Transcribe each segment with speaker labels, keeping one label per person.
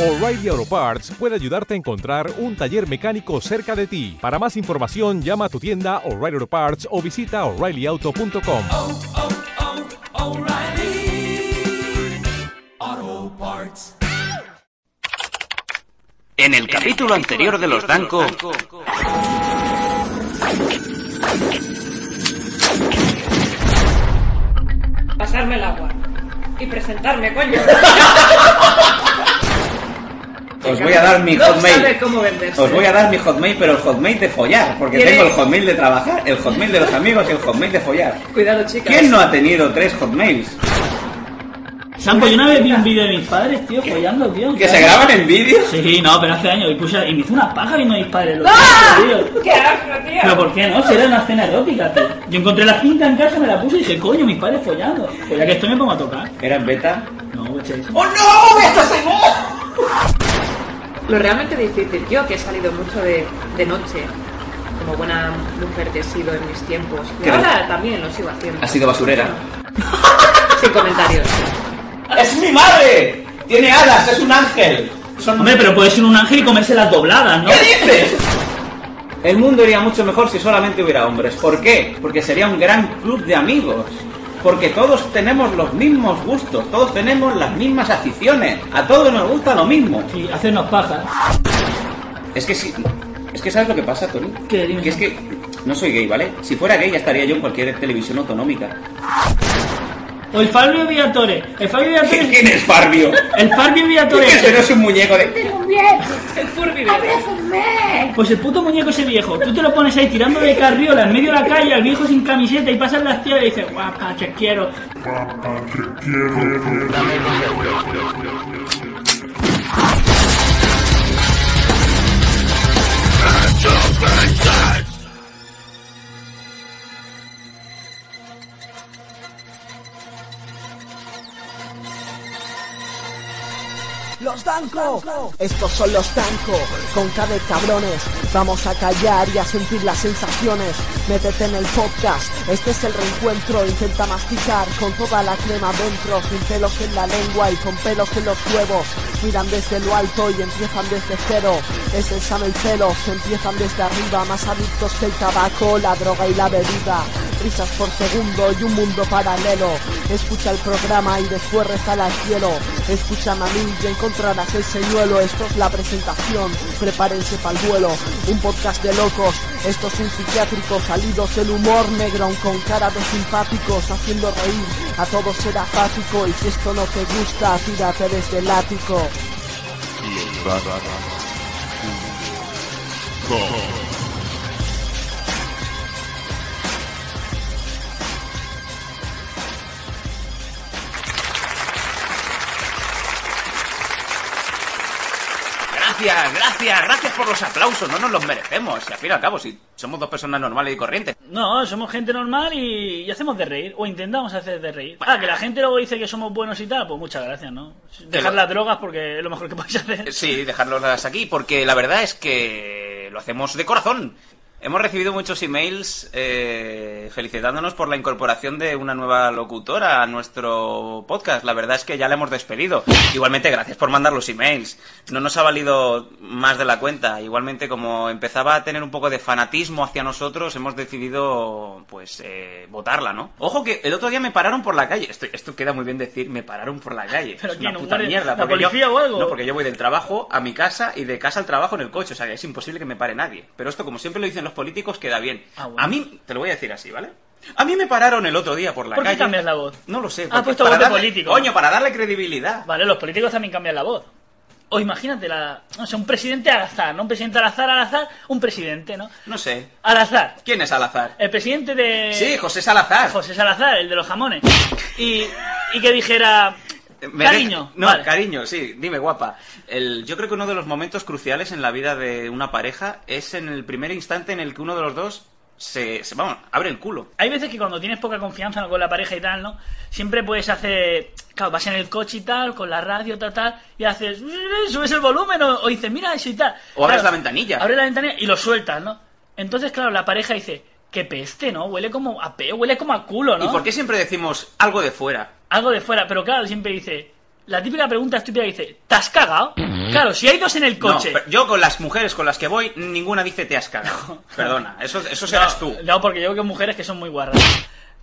Speaker 1: O'Reilly Auto Parts puede ayudarte a encontrar un taller mecánico cerca de ti. Para más información, llama a tu tienda O'Reilly Auto Parts o visita oreillyauto.com.
Speaker 2: oh, oh, O'Reilly. Auto Parts.
Speaker 3: En el capítulo anterior de los Danco,
Speaker 4: pasarme el agua y presentarme, coño.
Speaker 3: os voy a dar mi
Speaker 4: No sabe
Speaker 3: hotmail.
Speaker 4: cómo venderse.
Speaker 3: Os voy a dar mi hotmail, pero el hotmail de follar, porque
Speaker 4: ¿Tiene-
Speaker 3: tengo el hotmail de trabajar, el hotmail de los amigos y el hotmail de follar.
Speaker 4: Cuidado, chicas.
Speaker 3: ¿Quién no ha tenido tres hotmails?
Speaker 5: Sampo, yo una vez vi un vídeo de mis padres, tío, follando, tío.
Speaker 3: ¿Que se graban en vídeo?
Speaker 5: Sí, no, pero hace años. Y, puse, y me hizo una paja viendo a mis padres. Los
Speaker 4: ¡Ah!
Speaker 5: tío.
Speaker 4: ¡Qué asco, tío!
Speaker 5: Pero ¿por qué no? Si era una escena erótica, tío. Yo encontré la cinta en casa, me la puse y dije, coño, mis padres follando. Pues ya que estoy me pongo a tocar.
Speaker 3: ¿Era en beta?
Speaker 5: No, pues es-
Speaker 3: ¡Oh no! ¡Esto se
Speaker 4: Lo realmente difícil, yo que he salido mucho de, de noche, como buena mujer que he sido en mis tiempos, y
Speaker 3: Creo-
Speaker 4: ahora también lo sigo haciendo.
Speaker 3: Ha sido basurera.
Speaker 4: Sin comentarios.
Speaker 3: ¡Es mi madre! ¡Tiene alas! ¡Es un ángel! Son-
Speaker 5: Hombre, pero puede ser un ángel y comerse las dobladas, ¿no?
Speaker 3: dices? El mundo iría mucho mejor si solamente hubiera hombres. ¿Por qué? Porque sería un gran club de amigos. Porque todos tenemos los mismos gustos, todos tenemos las mismas aficiones, a todos nos gusta lo mismo.
Speaker 5: Sí, hacernos pajas.
Speaker 3: Es que sí, es que sabes lo que pasa, Tony.
Speaker 5: ¿Qué? Dime.
Speaker 3: Que es que no soy gay, ¿vale? Si fuera gay ya estaría yo en cualquier televisión autonómica.
Speaker 5: O el Fabio Villatore. El Fabio Villatore.
Speaker 3: ¿Quién es Farbio?
Speaker 5: El Fabio Villatore.
Speaker 3: Ese no es un muñeco de...
Speaker 6: Pero bien,
Speaker 4: El furby,
Speaker 6: abrázame.
Speaker 5: Pues el puto muñeco ese viejo, tú te lo pones ahí tirando de carriola en medio de la calle al viejo sin camiseta y pasan las tías y dices, guapa, te quiero.
Speaker 7: ¡Los Danco! Estos son los Danco, con cada cabrones. Vamos a callar y a sentir las sensaciones. Métete en el podcast, este es el reencuentro. Intenta masticar con toda la crema dentro, sin pelos en la lengua y con pelos en los huevos. Miran desde lo alto y empiezan desde cero. Es el sano y celos, empiezan desde arriba, más adictos que el tabaco, la droga y la bebida. Risas por segundo y un mundo paralelo. Escucha el programa y después rezala al cielo. Escúchame a mí y encontrarás el señuelo. Esto es la presentación, prepárense para el vuelo. Un podcast de locos, esto es un psiquiátrico. Salidos del humor negro, aun con cara de simpáticos, haciendo reír. A todos será fático y si esto no te gusta, tírate desde el ático.
Speaker 3: Gracias, gracias, gracias por los aplausos, no nos los merecemos. Y al fin y al cabo, si somos dos personas normales y corrientes.
Speaker 5: No, somos gente normal y, y hacemos de reír, o intentamos hacer de reír. Ah, que la gente luego dice que somos buenos y tal, pues muchas gracias, ¿no? Dejar
Speaker 3: Pero-
Speaker 5: las drogas porque es lo mejor que podéis hacer.
Speaker 3: Sí, dejarlos aquí, porque la verdad es que lo hacemos de corazón. Hemos recibido muchos emails eh, felicitándonos por la incorporación de una nueva locutora a nuestro podcast. La verdad es que ya la hemos despedido. Igualmente, gracias por mandar los emails. No nos ha valido más de la cuenta. Igualmente, como empezaba a tener un poco de fanatismo hacia nosotros, hemos decidido, pues, eh, votarla, ¿no? Ojo que el otro día me pararon por la calle. Esto, esto queda muy bien decir, me pararon por la calle.
Speaker 5: ¿Pero
Speaker 3: es una
Speaker 5: quién, un
Speaker 3: puta
Speaker 5: guardia-
Speaker 3: mierda.
Speaker 5: la
Speaker 3: porque yo-
Speaker 5: policía o algo?
Speaker 3: No, porque porque yo voy del trabajo a mi casa y de casa al trabajo en el coche, o sea que es imposible que me pare nadie. Pero esto, como siempre lo dicen los políticos, queda bien.
Speaker 5: Ah, bueno.
Speaker 3: A mí, te lo voy a decir así, ¿vale? A mí me pararon el otro día por la
Speaker 5: ¿Por qué
Speaker 3: calle.
Speaker 5: cambias la voz?
Speaker 3: No lo sé.
Speaker 5: Ah,
Speaker 3: porque-
Speaker 5: puesto
Speaker 3: para
Speaker 5: voz de
Speaker 3: darle-
Speaker 5: político.
Speaker 3: Coño, para darle credibilidad.
Speaker 5: Vale, los políticos también cambian la voz. O imagínate, la, no sé, un presidente al azar, ¿no? Un presidente al azar, al azar, un presidente, ¿no?
Speaker 3: No sé.
Speaker 5: Al azar.
Speaker 3: ¿Quién es Salazar?
Speaker 5: El presidente de...
Speaker 3: Sí, José Salazar.
Speaker 5: Eh, José Salazar, el de los jamones. Y, y que dijera...
Speaker 3: Eh, Me
Speaker 5: Cariño.
Speaker 3: deja- No,
Speaker 5: vale.
Speaker 3: cariño, sí, dime, guapa. El, yo creo que uno de los momentos cruciales en la vida de una pareja es en el primer instante en el que uno de los dos se, se- vamos, abre el culo.
Speaker 5: Hay veces que cuando tienes poca confianza ¿no? con la pareja y tal, ¿no? Siempre puedes hacer... Claro, vas en el coche y tal, con la radio, tal, tal, y haces... "Mm, Subes el volumen o, o dices, mira eso y tal.
Speaker 3: O abres
Speaker 5: Claro,
Speaker 3: la ventanilla.
Speaker 5: Abres la ventanilla y lo sueltas, ¿no? Entonces, claro, la pareja dice, qué peste, ¿no? Huele como a peo, huele como a culo, ¿no?
Speaker 3: ¿Y por qué siempre decimos algo de fuera?
Speaker 5: Algo de fuera, pero claro, siempre dice... la típica pregunta estúpida que dice, ¿te has cagado? Claro, si hay dos en el
Speaker 3: No,
Speaker 5: coche.
Speaker 3: pero yo con las mujeres con las que voy, ninguna dice te has cagado. Perdona, eso, eso serás tú.
Speaker 5: Ah. No, porque yo creo que mujeres que son muy guarras.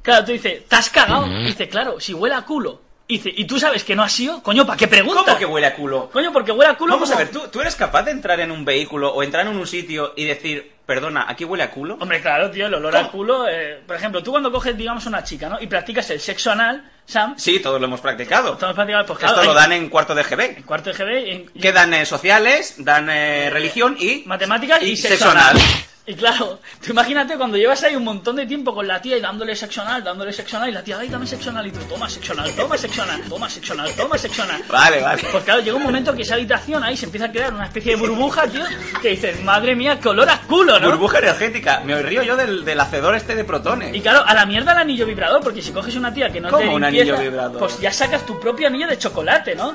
Speaker 5: Claro, tú dices, ¿te has cagado? Dice, claro, si huele a culo. Dice, ¿y tú sabes que no ha sido? Coño, ¿para qué preguntas?
Speaker 3: ¿Cómo que huele a culo?
Speaker 5: Coño, porque huele a culo.
Speaker 3: Vamos a
Speaker 5: como-
Speaker 3: ver, ¿tú, tú eres capaz de entrar en un vehículo o entrar en un sitio y decir, perdona, ¿aquí huele a culo?
Speaker 5: Hombre, claro, tío, el olor
Speaker 3: ¿Cómo?
Speaker 5: al culo. eh, por ejemplo, tú cuando coges, digamos, una chica, ¿no? Y practicas el sexo anal, Sam.
Speaker 3: Sí, todos lo hemos practicado.
Speaker 5: Estamos practicando, pues claro.
Speaker 3: Esto lo
Speaker 5: hay-
Speaker 3: dan en cuarto de GB.
Speaker 5: en cuarto de GB. en-
Speaker 3: Que dan eh, sociales, dan eh, religión y...
Speaker 5: matemáticas y, sexo
Speaker 3: sexual.
Speaker 5: anal. Y claro, tú imagínate cuando llevas ahí un montón de tiempo con la tía y dándole sexual, dándole sexual, y la tía, ay, dame sexual, y tú, toma sexual, toma sexual, toma sexual, toma sexual.
Speaker 3: Vale, vale.
Speaker 5: Pues claro, llega un momento que esa habitación ahí se empieza a crear una especie de burbuja, tío, que dices, madre mía, que olor a culo, ¿no?
Speaker 3: Burbuja energética. Me río yo del, del hacedor este de protones.
Speaker 5: Y claro, a la mierda el anillo vibrador, porque si coges una tía que no es
Speaker 3: ¿Cómo
Speaker 5: de
Speaker 3: un
Speaker 5: limpieza,
Speaker 3: anillo vibrador?
Speaker 5: pues ya sacas tu propio anillo de chocolate, ¿no?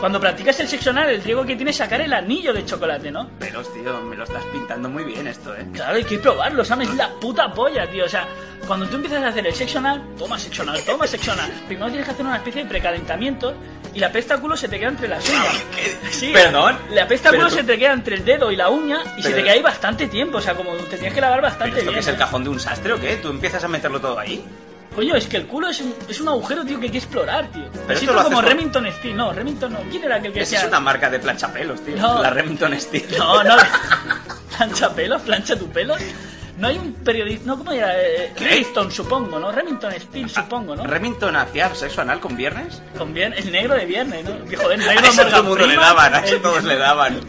Speaker 5: Cuando practicas el sexo anal, el riesgo que tiene es sacar el anillo de chocolate, ¿no?
Speaker 3: Pelos, tío, me lo estás pintando muy bien esto, eh.
Speaker 5: Claro, hay que probarlo, ¿sabes? Es La puta polla, tío. O sea, cuando tú empiezas a hacer el sexo anal, toma sexo anal, toma sexo anal. Primero tienes que hacer una especie de precalentamiento y la pesta culo se te queda entre las uñas.
Speaker 3: ¿Qué?
Speaker 5: Sí,
Speaker 3: ¿Perdón?
Speaker 5: La pesta culo
Speaker 3: Pero-
Speaker 5: se te queda entre el dedo y la uña y se
Speaker 3: Pero-
Speaker 5: te queda ahí bastante tiempo. O sea, como te tienes que lavar bastante
Speaker 3: ¿Pero esto
Speaker 5: bien.
Speaker 3: qué es el
Speaker 5: ¿eh?
Speaker 3: cajón de un sastre o qué? ¿Tú empiezas a meterlo todo ahí?
Speaker 5: Coño, es que el culo es un, es un agujero, tío, que hay que explorar, tío.
Speaker 3: Pero
Speaker 5: Así
Speaker 3: esto lo haces
Speaker 5: como
Speaker 3: por-
Speaker 5: Remington Steel. No, Remington no. ¿Quién era aquel que
Speaker 3: Esa
Speaker 5: decía-
Speaker 3: es una marca de planchapelos, tío.
Speaker 5: No.
Speaker 3: La Remington Steel.
Speaker 5: No, no. Plancha pelos, plancha tu pelo. No hay un periodista. No, ¿cómo era? Eh,
Speaker 3: ¿Qué? Ah,
Speaker 5: Remington, supongo, ¿no? Remington Steel, supongo, ¿no?
Speaker 3: ¿Remington hacía sexo anal con viernes?
Speaker 5: Con bien, el negro de viernes, ¿no? Que, Joder, negro
Speaker 3: A eso
Speaker 5: Morgan
Speaker 3: todo el mundo Ah, le
Speaker 5: Freeman,
Speaker 3: daban, a eso
Speaker 5: el-
Speaker 3: todos le daban.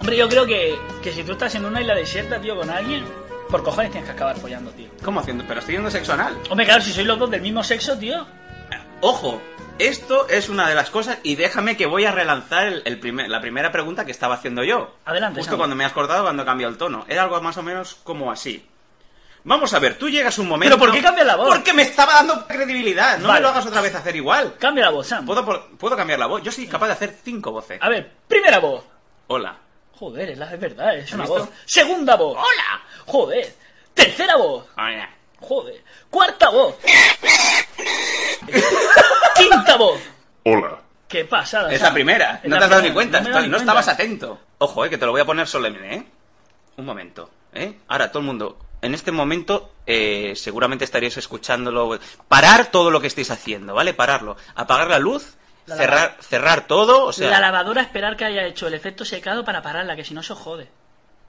Speaker 5: Hombre, yo creo que, que si tú estás en una isla desierta, tío, con alguien, por cojones tienes que acabar follando, tío.
Speaker 3: ¿Cómo haciendo? Pero estoy haciendo sexo anal.
Speaker 5: Hombre, claro, si sois los dos del mismo sexo, tío.
Speaker 3: Ojo, esto es una de las cosas y déjame que voy a relanzar el, el primer- la primera pregunta que estaba haciendo yo.
Speaker 5: Adelante,
Speaker 3: Justo
Speaker 5: Sam.
Speaker 3: cuando me has cortado, cuando he cambiado el tono. Era algo más o menos como así. Vamos a ver, tú llegas un momento...
Speaker 5: ¿Pero por qué cambias la voz?
Speaker 3: Porque me estaba dando credibilidad. No
Speaker 5: Vale.
Speaker 3: me lo hagas otra vez hacer igual.
Speaker 5: Cambia la voz, Sam.
Speaker 3: ¿Puedo, por- puedo cambiar la voz? Yo soy capaz de hacer cinco voces.
Speaker 5: A ver, primera voz.
Speaker 3: Hola.
Speaker 5: Joder, es la es verdad, es una
Speaker 3: visto?
Speaker 5: voz. Segunda voz.
Speaker 3: Hola.
Speaker 5: Joder. Tercera voz.
Speaker 3: Hola.
Speaker 5: Joder. Cuarta voz. Quinta voz.
Speaker 6: Hola.
Speaker 5: Qué pasada.
Speaker 3: Es
Speaker 5: Sam.
Speaker 3: la primera.
Speaker 5: Es
Speaker 3: No
Speaker 5: la
Speaker 3: te has dado ni
Speaker 5: primera,
Speaker 3: cuenta.
Speaker 5: no me he
Speaker 3: No,
Speaker 5: dado ni cuenta.
Speaker 3: estabas atento. Ojo, eh, que te lo voy a poner solemne, ¿eh? Un momento, ¿eh? Ahora, todo el mundo, en este momento eh, seguramente estaréis escuchándolo. Parar todo lo que estéis haciendo, ¿vale? Pararlo. Apagar la luz,
Speaker 5: La
Speaker 3: cerrar, cerrar todo, o sea...
Speaker 5: La lavadora esperar que haya hecho el efecto secado para pararla, que si no se os jode.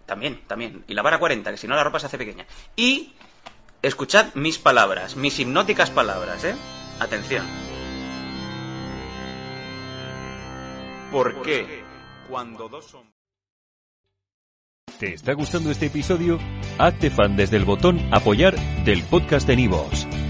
Speaker 3: También, también. Y lavar a 40, que si no la ropa se hace pequeña. Y escuchad mis palabras, mis hipnóticas palabras, ¿eh? Atención. ¿Por qué cuando dos hombres...
Speaker 8: ¿Te está gustando este episodio? Hazte fan desde el botón Apoyar del podcast de Nivos.